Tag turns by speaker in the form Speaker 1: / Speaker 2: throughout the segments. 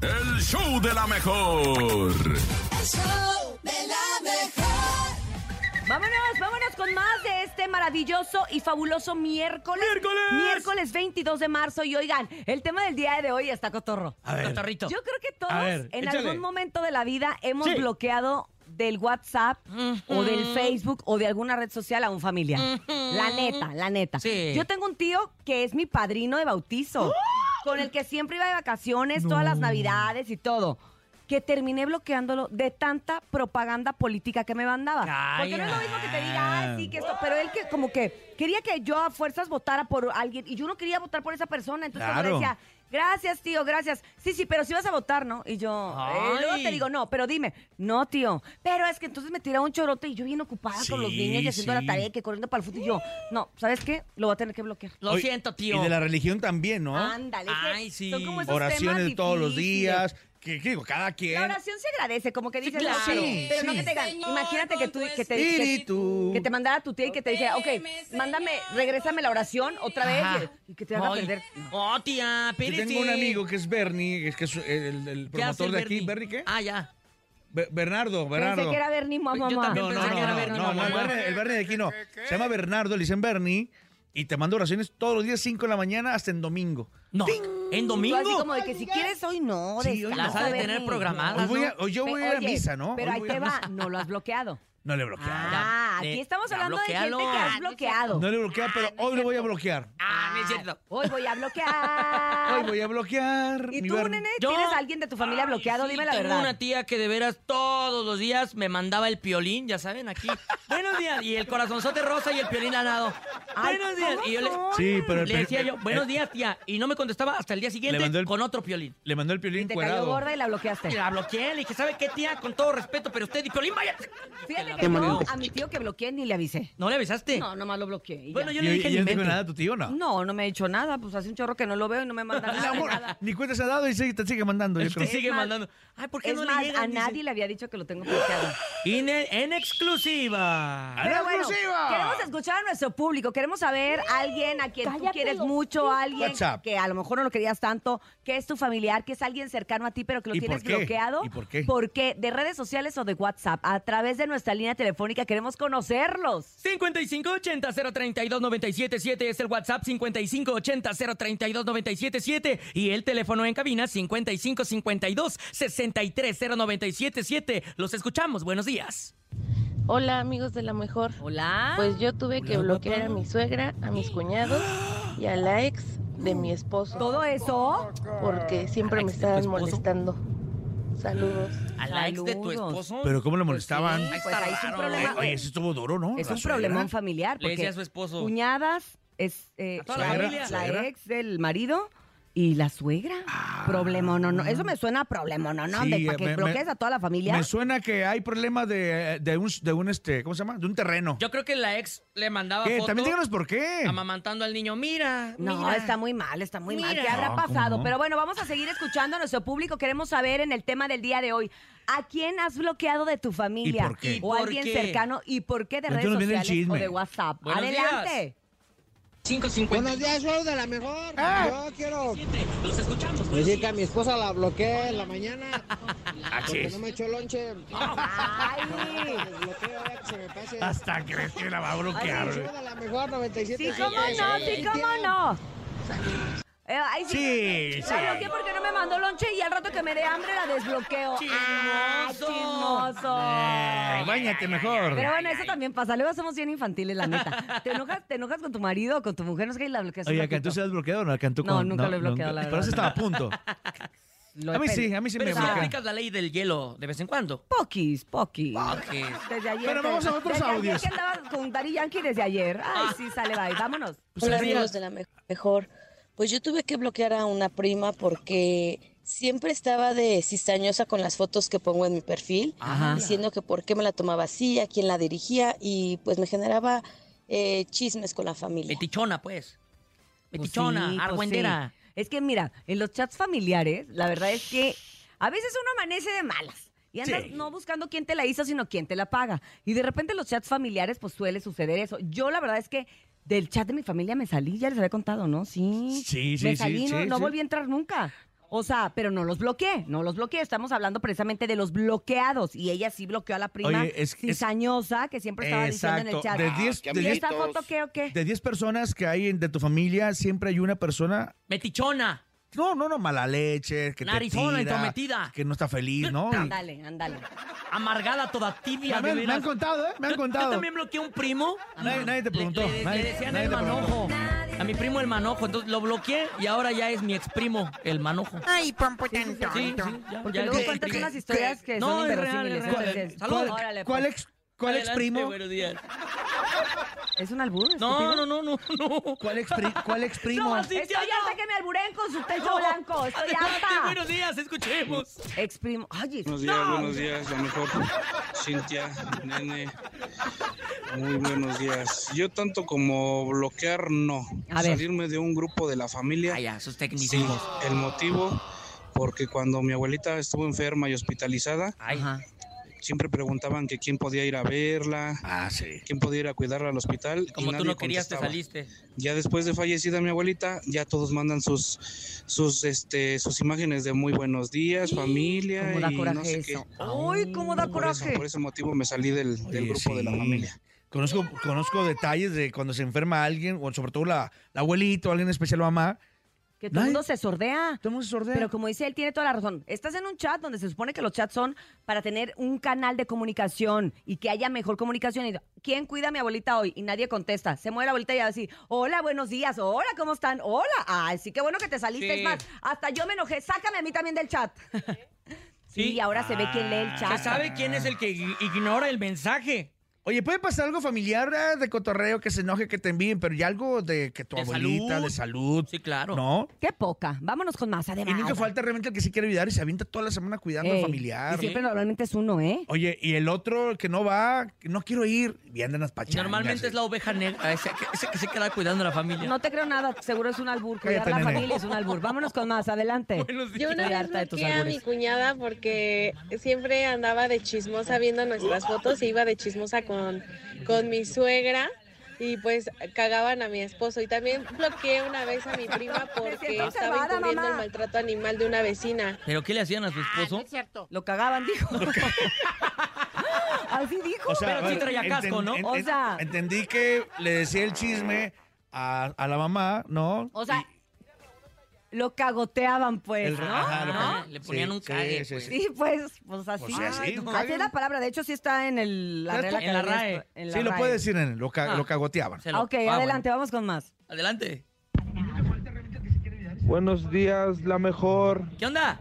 Speaker 1: el show de la mejor.
Speaker 2: El show de la mejor.
Speaker 3: Vámonos, vámonos con más de este maravilloso y fabuloso miércoles.
Speaker 4: ¡Miércoles!
Speaker 3: Miércoles 22 de marzo. Y oigan, el tema del día de hoy está cotorro.
Speaker 4: A ver.
Speaker 5: Cotorrito.
Speaker 3: Yo creo que todos
Speaker 4: A ver,
Speaker 3: en
Speaker 4: échale.
Speaker 3: algún momento de la vida hemos
Speaker 4: Sí.
Speaker 3: bloqueado del WhatsApp o del Facebook o de alguna red social a un familiar. La neta, la neta.
Speaker 5: Sí.
Speaker 3: Yo tengo un tío que es mi padrino de bautizo, con el que siempre iba de vacaciones todas las navidades y todo. Que terminé bloqueándolo de tanta propaganda política que me mandaba. Porque no es lo mismo que te diga, ay, Ah, sí, que esto. Pero él que como que quería que yo a fuerzas votara por alguien y yo no quería votar por esa persona. Entonces cuando
Speaker 4: Claro.
Speaker 3: decía, Gracias, tío, gracias. Sí, sí, pero si vas a votar, ¿no? Y yo, eh, luego te
Speaker 5: Ay.
Speaker 3: digo, no, pero dime, no, tío. Pero es que entonces me tira un chorote y yo bien ocupada con los
Speaker 4: Sí,
Speaker 3: niños y haciendo
Speaker 4: sí.
Speaker 3: la tarea y que corriendo para el fútbol. Y yo, no, ¿sabes qué? Lo voy a tener que bloquear.
Speaker 5: Lo
Speaker 4: Oye,
Speaker 5: siento, tío.
Speaker 4: Y de la religión también, ¿no?
Speaker 3: Ándale, es que
Speaker 5: Ay, sí.
Speaker 3: son como esos
Speaker 4: Oraciones
Speaker 3: temas
Speaker 4: de todos los
Speaker 3: difíciles.
Speaker 4: días. Que, que digo, cada quien.
Speaker 3: La oración se agradece, como que dices,
Speaker 5: claro.
Speaker 3: "Ok",
Speaker 4: Sí,
Speaker 3: pero no
Speaker 4: sí.
Speaker 3: que te digan,
Speaker 2: Señor,
Speaker 3: imagínate que tú,
Speaker 2: con tu
Speaker 3: que te, que,
Speaker 4: Espíritu.
Speaker 3: que te mandara tu tía y que te dijera, ok,
Speaker 2: Ordéneme,
Speaker 3: mándame,
Speaker 2: Señor,
Speaker 3: regrésame la oración otra vez
Speaker 5: Ajá.
Speaker 3: y, y que te haga
Speaker 5: Ay.
Speaker 3: perder.
Speaker 5: Oh, tía,
Speaker 4: Yo
Speaker 5: espérate.
Speaker 4: tengo un amigo que es Bernie, que es, que es el, el
Speaker 5: ¿Qué hace
Speaker 4: promotor
Speaker 5: el
Speaker 4: de aquí. ¿Bernie qué?
Speaker 5: Ah, ya.
Speaker 4: Be- Bernardo, Bernardo.
Speaker 3: Pensé que era Bernie, mamá.
Speaker 5: Yo también
Speaker 4: No, no,
Speaker 5: pensé
Speaker 4: no,
Speaker 5: que era
Speaker 4: no,
Speaker 5: Bernie,
Speaker 4: no, no,
Speaker 5: mamá.
Speaker 4: el Bernie- el Bernie de aquí no. Se llama Bernardo, le dicen Bernie, y te manda oraciones todos los días, 5 de la mañana hasta en domingo.
Speaker 5: No. En domingo.
Speaker 3: Así como de que si quieres hoy no,
Speaker 4: Sí, hoy
Speaker 3: descansa,
Speaker 4: no. Las ha de
Speaker 3: Bernie.
Speaker 5: tener programadas.
Speaker 4: Hoy voy a-
Speaker 5: ¿no?
Speaker 4: hoy yo
Speaker 3: Pe-
Speaker 4: voy a ir a
Speaker 3: oye,
Speaker 4: misa, ¿no?
Speaker 3: Pero
Speaker 4: Hoy
Speaker 3: ahí
Speaker 4: voy a
Speaker 3: te va,
Speaker 4: misa.
Speaker 3: no lo has bloqueado.
Speaker 4: No le bloquea. ¿eh?
Speaker 3: Ah,
Speaker 5: ya,
Speaker 3: aquí
Speaker 5: de-
Speaker 3: estamos
Speaker 5: ya
Speaker 3: hablando de gente
Speaker 5: bloquéalo.
Speaker 3: que
Speaker 5: Ah, no
Speaker 3: has
Speaker 5: es
Speaker 3: bloqueado.
Speaker 4: No le bloquea, pero hoy lo voy a bloquear.
Speaker 5: Ah, no es cierto.
Speaker 3: Hoy voy a
Speaker 4: Hoy
Speaker 3: bloquear.
Speaker 4: voy a bloquear.
Speaker 3: ¿Y
Speaker 4: mi
Speaker 3: tú,
Speaker 4: Bernie.
Speaker 3: nene,
Speaker 5: Yo-
Speaker 3: tienes a alguien de tu familia
Speaker 5: Ay,
Speaker 3: bloqueado?
Speaker 5: sí,
Speaker 3: Dime la
Speaker 5: Tengo
Speaker 3: verdad.
Speaker 5: una tía que de veras todos los días me mandaba el piolín, ya saben, aquí. Buenos días. Y el corazonzote rosa y el piolín anado.
Speaker 3: Ay,
Speaker 5: Buenos días.
Speaker 3: ¿cómo
Speaker 5: Y yo le,
Speaker 3: son?
Speaker 4: Sí, pero el
Speaker 5: le decía
Speaker 4: piolín-
Speaker 5: yo, buenos días, tía. Y no me contestaba hasta el día siguiente
Speaker 4: mandó el-
Speaker 5: con otro piolín.
Speaker 4: Le mandó el
Speaker 3: Y
Speaker 4: piolín
Speaker 3: te cayó
Speaker 4: cuadrado.
Speaker 3: gorda y la bloqueaste.
Speaker 5: Y la bloqueé, le dije, ¿sabe qué, tía? Con todo respeto, pero usted y piolín, vaya.
Speaker 3: Fíjate
Speaker 5: la
Speaker 3: que yo
Speaker 5: bloqueó.
Speaker 3: a mi tío que bloqueé ni le avisé.
Speaker 5: ¿No le avisaste?
Speaker 3: No, nomás lo bloqueé. y ya.
Speaker 5: Bueno, yo
Speaker 4: ¿Y-
Speaker 5: le dije,
Speaker 4: ¿Y
Speaker 5: ni
Speaker 4: él no dijo
Speaker 5: inventes.
Speaker 4: nada a tu tío no?
Speaker 3: No, no me ha dicho nada. Pues hace un chorro que no lo veo y no me manda
Speaker 4: Mi
Speaker 3: nada.
Speaker 4: amor,
Speaker 3: Ah, nada.
Speaker 4: ni cuenta se ha dado y sigue- te sigue mandando, yo
Speaker 5: Él te
Speaker 4: creo.
Speaker 5: sigue
Speaker 3: Es más-
Speaker 5: mandando. Ay, ¿por qué
Speaker 3: Es
Speaker 5: no
Speaker 3: más,
Speaker 5: le llegan?
Speaker 3: a
Speaker 5: Dice,
Speaker 3: nadie le había dicho que lo tengo bloqueado.
Speaker 5: "In- en exclusiva.
Speaker 4: ¡A la
Speaker 3: Pero bueno,
Speaker 4: exclusiva!
Speaker 3: queremos escuchar a nuestro público, queremos saber a alguien a quien tú quieres mucho, a alguien
Speaker 4: WhatsApp.
Speaker 3: que a lo mejor no lo querías tanto, que es tu familiar, que es alguien cercano a ti, pero que lo
Speaker 4: ¿Y por
Speaker 3: tienes
Speaker 4: qué?
Speaker 3: bloqueado.
Speaker 4: ¿Y por qué?
Speaker 3: Porque de redes sociales o de WhatsApp, a través de nuestra línea telefónica queremos conocerlos.
Speaker 5: 5580-032-977 es el WhatsApp 5580-032-977 y el teléfono en cabina 5552-630977. Los escuchamos, buenos días.
Speaker 6: Hola amigos de la mejor.
Speaker 3: Hola.
Speaker 6: Pues yo tuve que
Speaker 5: Hola,
Speaker 6: bloquear
Speaker 5: guapa.
Speaker 6: a mi suegra, a mis cuñados y a la ex de mi esposo
Speaker 3: todo eso.
Speaker 6: porque siempre
Speaker 5: Ah,
Speaker 6: me
Speaker 5: ex de tu
Speaker 6: estaban
Speaker 5: esposo?
Speaker 6: molestando. Saludos.
Speaker 5: A la ex de tu
Speaker 3: Saludos.
Speaker 5: esposo
Speaker 4: Pero ¿cómo le molestaban?
Speaker 3: Pues sí, pues ahí es un problema.
Speaker 4: Oye, eso estuvo duro, ¿no?
Speaker 3: es
Speaker 4: La
Speaker 3: un
Speaker 4: suegra.
Speaker 3: problemón familiar.
Speaker 5: le
Speaker 3: Porque
Speaker 5: decía a su esposo.
Speaker 3: Cuñadas, es eh,
Speaker 5: A toda la
Speaker 3: la,
Speaker 5: familia.
Speaker 3: ex- la
Speaker 4: Suegra. Ah.
Speaker 3: ex del marido y la suegra. Problema no, no. Eso me suena a problema no, no.
Speaker 4: Sí,
Speaker 3: de- para
Speaker 4: eh,
Speaker 3: que
Speaker 4: me- me-
Speaker 3: bloquees a toda la familia.
Speaker 4: Me suena que hay problema de, de un, de un este, ¿cómo se llama? De un terreno.
Speaker 5: Yo creo que la ex le mandaba
Speaker 4: ¿Qué?
Speaker 5: foto
Speaker 4: También díganos por qué.
Speaker 5: amamantando al niño. Mira,
Speaker 3: No,
Speaker 5: mira.
Speaker 3: está muy mal, está muy mal.
Speaker 5: Mira.
Speaker 3: ¿Qué habrá
Speaker 4: No, ¿cómo
Speaker 3: pasado?
Speaker 4: no?
Speaker 3: Pero bueno, vamos a seguir escuchando a nuestro público. Queremos saber en el tema del día de hoy, ¿a quién has bloqueado de tu familia?
Speaker 4: por qué?
Speaker 5: ¿Y
Speaker 3: O
Speaker 5: por
Speaker 3: alguien
Speaker 5: qué?
Speaker 3: cercano. ¿Y por qué de
Speaker 4: Ya tú
Speaker 3: redes
Speaker 4: nos viene el
Speaker 3: sociales o
Speaker 4: chisme.
Speaker 3: de WhatsApp?
Speaker 5: Buenos
Speaker 3: Adelante.
Speaker 5: 550.
Speaker 7: Buenos días, show de la mejor. Yo quiero
Speaker 5: Los escuchamos.
Speaker 7: decir que a mi esposa la bloqueé en la mañana
Speaker 4: Ah,
Speaker 7: porque no me echó lonche.
Speaker 3: Ay.
Speaker 7: Desbloqueo, ya que se me pase.
Speaker 4: Hasta crees que la va a bloquear. Eh,
Speaker 7: Show de la mejor 97.
Speaker 3: Sí, cómo no, sí, cómo no. Eh, ay,
Speaker 4: Sí, sí.
Speaker 3: La bloqueé porque no me mandó lonche y al rato que me dé hambre la desbloqueo. Ah, chismoso.
Speaker 4: Ay, Báñate mejor.
Speaker 3: Pero bueno, eso también pasa. Luego somos bien infantiles, la neta. ¿Te enojas, te enojas con tu marido o con tu mujer? No es que la bloqueas. un
Speaker 4: Oye, ¿a
Speaker 3: ratito.
Speaker 4: Cantú se has bloqueado o no? ¿A Cantú
Speaker 3: No,
Speaker 4: con-
Speaker 3: nunca lo he bloqueado, la
Speaker 4: Pero
Speaker 3: verdad.
Speaker 4: eso estaba a punto.
Speaker 3: Lo
Speaker 4: A mí
Speaker 3: he
Speaker 4: sí,
Speaker 3: pen-
Speaker 4: a mí sí me
Speaker 5: Pero si
Speaker 4: bloquean.
Speaker 5: aplicas la ley del hielo de vez en cuando.
Speaker 3: Poquis, poquis.
Speaker 5: Porque
Speaker 3: Desde ayer.
Speaker 4: Bueno, Ah. vamos a otros
Speaker 3: desde ayer
Speaker 4: audios.
Speaker 3: que andaba con Daddy Yankee desde ayer. Ay, sí, sale, bye. Vámonos.
Speaker 5: Pues
Speaker 6: Hola amigos de la me- mejor. Pues yo tuve que bloquear a una prima porque siempre estaba de cizañosa con las fotos que pongo en mi perfil, diciendo que por qué me la tomaba así, a quién la dirigía y pues me generaba eh, chismes con la familia.
Speaker 5: metichona, pues.
Speaker 3: Pues
Speaker 5: Metichona,
Speaker 3: sí, pues
Speaker 5: argüendera.
Speaker 3: sí. Es que mira, en los chats familiares, la verdad es que a veces uno amanece de malas. Y andas
Speaker 4: Sí.
Speaker 3: no buscando quién te la hizo, sino quién te la paga. Y de repente en los chats familiares, pues suele suceder eso. Yo la verdad es que del chat de mi familia me salí, ya les había contado, ¿no? Sí.
Speaker 4: Sí, sí,
Speaker 3: Me
Speaker 4: sí,
Speaker 3: salí, no,
Speaker 4: sí,
Speaker 3: no
Speaker 4: sí.
Speaker 3: volví a entrar nunca. O sea, pero no los bloqueé, no los bloqueé. Estamos hablando precisamente de los bloqueados. Y ella sí bloqueó a la prima
Speaker 4: Oye, es que- es-
Speaker 3: cizañosa que siempre estaba diciendo en el chat. "Ah,
Speaker 4: De 10
Speaker 7: qué
Speaker 4: de
Speaker 3: ¿Y
Speaker 4: diez-
Speaker 3: esta
Speaker 7: amiguitos.
Speaker 3: foto qué o qué?
Speaker 4: de 10 personas que hay en- de tu familia, siempre hay una persona.
Speaker 5: Metichona.
Speaker 4: No, no, no, mala leche, que
Speaker 5: Narizona,
Speaker 4: te tira,
Speaker 5: entrometida.
Speaker 4: que no está feliz, ¿no? Y-
Speaker 3: Ándale, Ah, ándale.
Speaker 5: Amargada toda tibia.
Speaker 4: Ya me,
Speaker 5: de
Speaker 4: han- me
Speaker 5: veras.
Speaker 4: han contado, ¿eh? Me han
Speaker 5: Yo- Yo
Speaker 4: contado.
Speaker 5: también bloqueé a un primo.
Speaker 4: Nadie, nadie te
Speaker 5: Le-
Speaker 4: preguntó.
Speaker 5: Le, le
Speaker 4: nadie-
Speaker 5: decían
Speaker 4: nadie
Speaker 5: el
Speaker 4: te preguntó.
Speaker 5: manojo. A mi primo el manojo. Entonces lo bloqueé y ahora ya es mi ex primo, el manojo.
Speaker 8: Ay, pompo tan
Speaker 5: Sí,
Speaker 8: tonto.
Speaker 5: sí, ya-
Speaker 3: Porque
Speaker 5: ya
Speaker 3: luego
Speaker 5: es mi
Speaker 3: cuentas
Speaker 5: primo.
Speaker 3: unas historias que
Speaker 5: No,
Speaker 3: son
Speaker 5: es real,
Speaker 3: inverosímiles.
Speaker 5: es real.
Speaker 3: entonces,
Speaker 5: Salud.
Speaker 3: órale,
Speaker 4: ¿Cuál
Speaker 3: pues.
Speaker 4: ex, cuál ex
Speaker 5: Adelante,
Speaker 4: primo?
Speaker 5: buenos días.
Speaker 3: ¿Es un albur?
Speaker 5: No,
Speaker 3: estúpido?
Speaker 5: no, no, no, no.
Speaker 4: ¿Cuál ex, pri- cuál ex primo?
Speaker 5: No, así-
Speaker 3: Estoy harta que me alburen con su techo blanco. Estoy
Speaker 5: Adelante,
Speaker 3: harta.
Speaker 5: buenos días, escuchemos.
Speaker 3: Ex primo. Ay,
Speaker 9: Buenos días, buenos días, la mejor Cintia, nene. Muy buenos días. Yo tanto como bloquear, no.
Speaker 3: A ver.
Speaker 9: Salirme de un grupo de la familia.
Speaker 5: Ah, ya, sus
Speaker 9: Sí,
Speaker 5: tecnicismos.
Speaker 9: el motivo, porque cuando mi abuelita estuvo enferma y hospitalizada,
Speaker 5: Ay,
Speaker 3: Ajá.
Speaker 9: siempre preguntaban que quién podía ir a verla,
Speaker 4: Ah, sí.
Speaker 9: quién podía ir a cuidarla al hospital. y
Speaker 5: como tú
Speaker 9: nadie
Speaker 5: no querías, te
Speaker 9: contestaba.
Speaker 5: saliste.
Speaker 9: Ya después de fallecida mi abuelita, ya todos mandan sus sus este sus imágenes de muy buenos días, familia
Speaker 3: ¿Cómo da
Speaker 9: y
Speaker 3: coraje
Speaker 9: no sé qué.
Speaker 3: eso? Ay, ¿cómo da
Speaker 9: Por eso,
Speaker 3: coraje?
Speaker 9: por ese motivo me salí del, del
Speaker 4: Oye,
Speaker 9: grupo de la
Speaker 4: sí.
Speaker 9: familia.
Speaker 4: Conozco, conozco detalles de cuando se enferma alguien, o sobre todo la, la abuelita o alguien especial, la mamá.
Speaker 3: Que todo el
Speaker 4: Nadie-
Speaker 3: mundo se sordea.
Speaker 4: ¿Cómo se sordea?
Speaker 3: Pero como dice él, tiene toda la razón. Estás en un chat donde se supone que los chats son para tener un canal de comunicación y que haya mejor comunicación. Y, ¿Quién cuida a mi abuelita hoy? Y nadie contesta. Se mueve la abuelita y va a decir, hola, buenos días, hola, ¿cómo están? Hola. Ay, sí, qué bueno que te saliste.
Speaker 5: Sí.
Speaker 3: Es más, hasta yo me enojé. Sácame a mí también del chat. sí,
Speaker 5: Sí. Ah,
Speaker 3: ahora se ve quién lee el
Speaker 5: Se
Speaker 3: chat.
Speaker 5: sabe quién es el que ig- ignora el mensaje.
Speaker 4: Oye, puede pasar algo familiar ah, de cotorreo, que se enoje, que te envíen, pero ya algo de que tu
Speaker 5: De
Speaker 4: abuelita,
Speaker 5: salud.
Speaker 4: de salud.
Speaker 5: Sí, claro.
Speaker 4: ¿No?
Speaker 3: Qué poca. Vámonos con más,
Speaker 4: Y
Speaker 3: además.
Speaker 4: nunca falta realmente el que se quiere olvidar y se avienta toda la semana cuidando
Speaker 3: Ey,
Speaker 4: al familiar.
Speaker 3: Y siempre normalmente es uno, ¿eh?
Speaker 4: Oye, y el otro que no va, que no quiero ir, y andan las pachangas.
Speaker 5: Normalmente es la oveja negra, ese, ese que se queda cuidando a la familia.
Speaker 3: No te creo nada, seguro es un albur. Cuidar
Speaker 4: Cállate,
Speaker 3: la
Speaker 4: nene.
Speaker 3: familia es un albur. Vámonos con más, adelante.
Speaker 5: Buenos días.
Speaker 10: Yo una
Speaker 3: Estoy
Speaker 10: vez
Speaker 3: harta de tus
Speaker 10: bloqueé a mi
Speaker 3: albures.
Speaker 10: cuñada porque siempre andaba de chismosa viendo nuestras fotos y iba de chismosa con, con mi suegra y pues cagaban a mi esposo. Y también bloqueé una vez a mi prima porque
Speaker 3: siento
Speaker 10: estaba
Speaker 3: observada,
Speaker 10: encubriendo
Speaker 3: mamá.
Speaker 10: el maltrato animal de una vecina.
Speaker 5: ¿Pero qué le hacían a su esposo?
Speaker 8: cierto.
Speaker 3: Lo cagaban, dijo. Así dijo.
Speaker 5: Pero sí traía
Speaker 4: enten-
Speaker 5: casco, ¿no?
Speaker 3: O sea-
Speaker 4: entendí que le decía el chisme a, a la mamá, ¿no?
Speaker 3: O sea, lo cagoteaban, pues,
Speaker 4: El-
Speaker 3: ¿no?
Speaker 5: ah,
Speaker 4: ajá, lo
Speaker 3: ¿No?
Speaker 4: que-
Speaker 5: Le ponían un cague, pues.
Speaker 3: Sí, pues, pues así.
Speaker 4: Pues sí, así,
Speaker 3: Ay,
Speaker 4: un
Speaker 3: no.
Speaker 4: cague.
Speaker 3: Así es la palabra. De hecho, sí está en el, la
Speaker 4: Está
Speaker 3: regla
Speaker 5: en la
Speaker 3: que había
Speaker 5: RAE.
Speaker 3: esto- en la
Speaker 4: Sí, lo
Speaker 3: RAE.
Speaker 4: puede decir, nene, lo, ca-
Speaker 5: Ah.
Speaker 4: lo cagoteaban.
Speaker 5: Se lo-
Speaker 3: Ah, Ok,
Speaker 5: Ah, bueno.
Speaker 3: adelante, vamos con más.
Speaker 5: Adelante.
Speaker 11: Buenos días, la mejor.
Speaker 5: ¿Qué onda?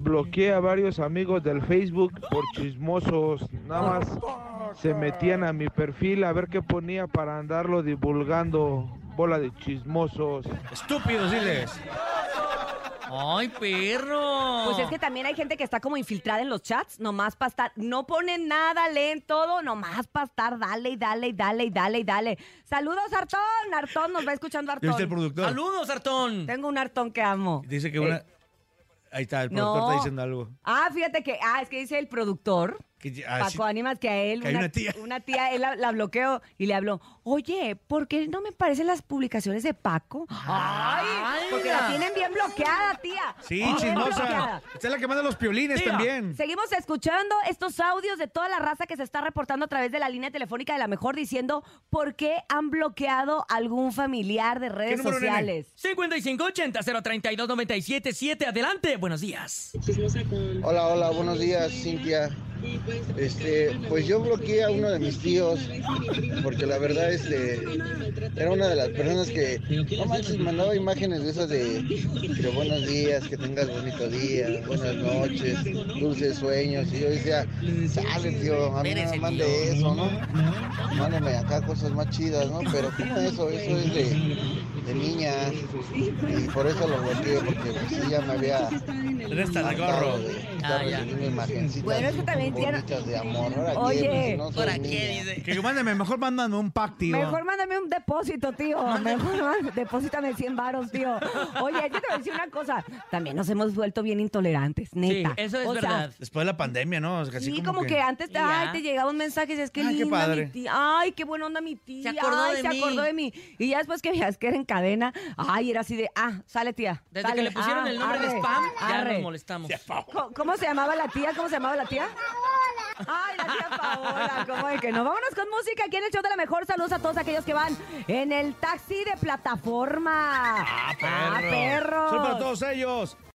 Speaker 11: Bloqueé a varios amigos del Facebook por chismosos. Nada más se metían a mi perfil a ver qué ponía para andarlo divulgando. Bola de chismosos.
Speaker 4: Estúpidos, diles.
Speaker 5: ¡Ay, perro!
Speaker 3: Pues es que también hay gente que está como infiltrada en los chats, nomás para estar, no ponen nada, leen todo, nomás para estar, dale y dale y dale y dale y dale. Saludos, Artón. Artón nos va escuchando
Speaker 4: ¿Ya viste el
Speaker 3: Artón.
Speaker 4: productor?
Speaker 5: ¡Saludos, Artón!
Speaker 3: Tengo un Artón que amo.
Speaker 4: Dice que una...
Speaker 3: Eh,
Speaker 4: Ahí está, el productor
Speaker 3: no.
Speaker 4: está diciendo algo.
Speaker 3: Ah, fíjate que, ah, es que dice el productor.
Speaker 4: Que ya- ah, sí.
Speaker 3: Paco Ánimas, que a él,
Speaker 4: que hay una tía.
Speaker 3: una tía, él la, la bloqueó y le habló, oye, ¿por qué no me parecen las publicaciones de Paco? ¡Ay! Porque la
Speaker 5: mira.
Speaker 3: tienen bien bloqueada, tía.
Speaker 4: Sí,
Speaker 3: Bien
Speaker 4: chismosa.
Speaker 3: bloqueada.
Speaker 4: Esta es la que manda los piolines
Speaker 5: Tía.
Speaker 4: también.
Speaker 3: Seguimos escuchando estos audios de toda la raza que se está reportando a través de la línea telefónica de la mejor diciendo por qué han bloqueado algún familiar de redes
Speaker 4: número, nene?
Speaker 3: sociales.
Speaker 5: 5580 032 977 adelante. Buenos días.
Speaker 10: Chismosa con...
Speaker 11: Hola, hola, buenos días, Cintia.
Speaker 10: y, pues,
Speaker 11: Este,
Speaker 10: cagaban a
Speaker 11: pues
Speaker 10: mi
Speaker 11: yo
Speaker 10: esposo
Speaker 11: bloqueé a
Speaker 10: porque
Speaker 11: uno de mis tíos porque la verdad este era una de las personas que no manches mandaba imágenes de esas de, de buenos días, que tengas bonito día, buenas noches, dulces sueños y yo decía, sale tío, a mí no me mande eso, ¿no? Mándame acá cosas más chidas, ¿no? Pero ¿cómo eso? Eso es de, de niñas y por eso lo bloqueé porque pues, ella me había
Speaker 4: Resta el gorro.
Speaker 11: hartado de-
Speaker 5: Ah,
Speaker 11: está recibiendo imagencitas
Speaker 3: Bueno, es que también tiene-
Speaker 11: bonitas de amor. Ahora qué,
Speaker 3: Oye.
Speaker 11: Eh, pues, si no soy niña.
Speaker 4: Que mándame, mejor mándame un pack, tío.
Speaker 3: Mejor mándame un depósito, tío. Mejor má- depósitame 100 varos, tío. Oye, yo te voy a decir una cosa. También nos hemos vuelto bien intolerantes, neta. O sea,
Speaker 4: Después de la pandemia, ¿no? Casi
Speaker 3: Sí, como, que, antes te, ay, te llegaba un mensaje y decías, qué
Speaker 4: Ay, qué
Speaker 3: linda
Speaker 4: padre.
Speaker 3: mi tía, ay, qué buena onda mi tía,
Speaker 5: acordó
Speaker 3: ay,
Speaker 5: de
Speaker 3: se
Speaker 5: mí.
Speaker 3: acordó de mí. Y ya después que veías que era en cadena, ay, era así de, ah, sale tía.
Speaker 5: Desde
Speaker 3: sale,
Speaker 5: que le pusieron
Speaker 3: ah,
Speaker 5: el nombre de
Speaker 3: arre,
Speaker 5: spam, ya
Speaker 3: arre".
Speaker 5: nos molestamos.
Speaker 3: Co- ¿Cómo se llamaba la tía? ¿Cómo se llamaba la tía? Ay, la tía Paola, ¿cómo de que no? Vámonos con música aquí en el show de la mejor. Saludos a todos aquellos que van en el taxi de plataforma. Ah,
Speaker 4: Solo para todos ellos.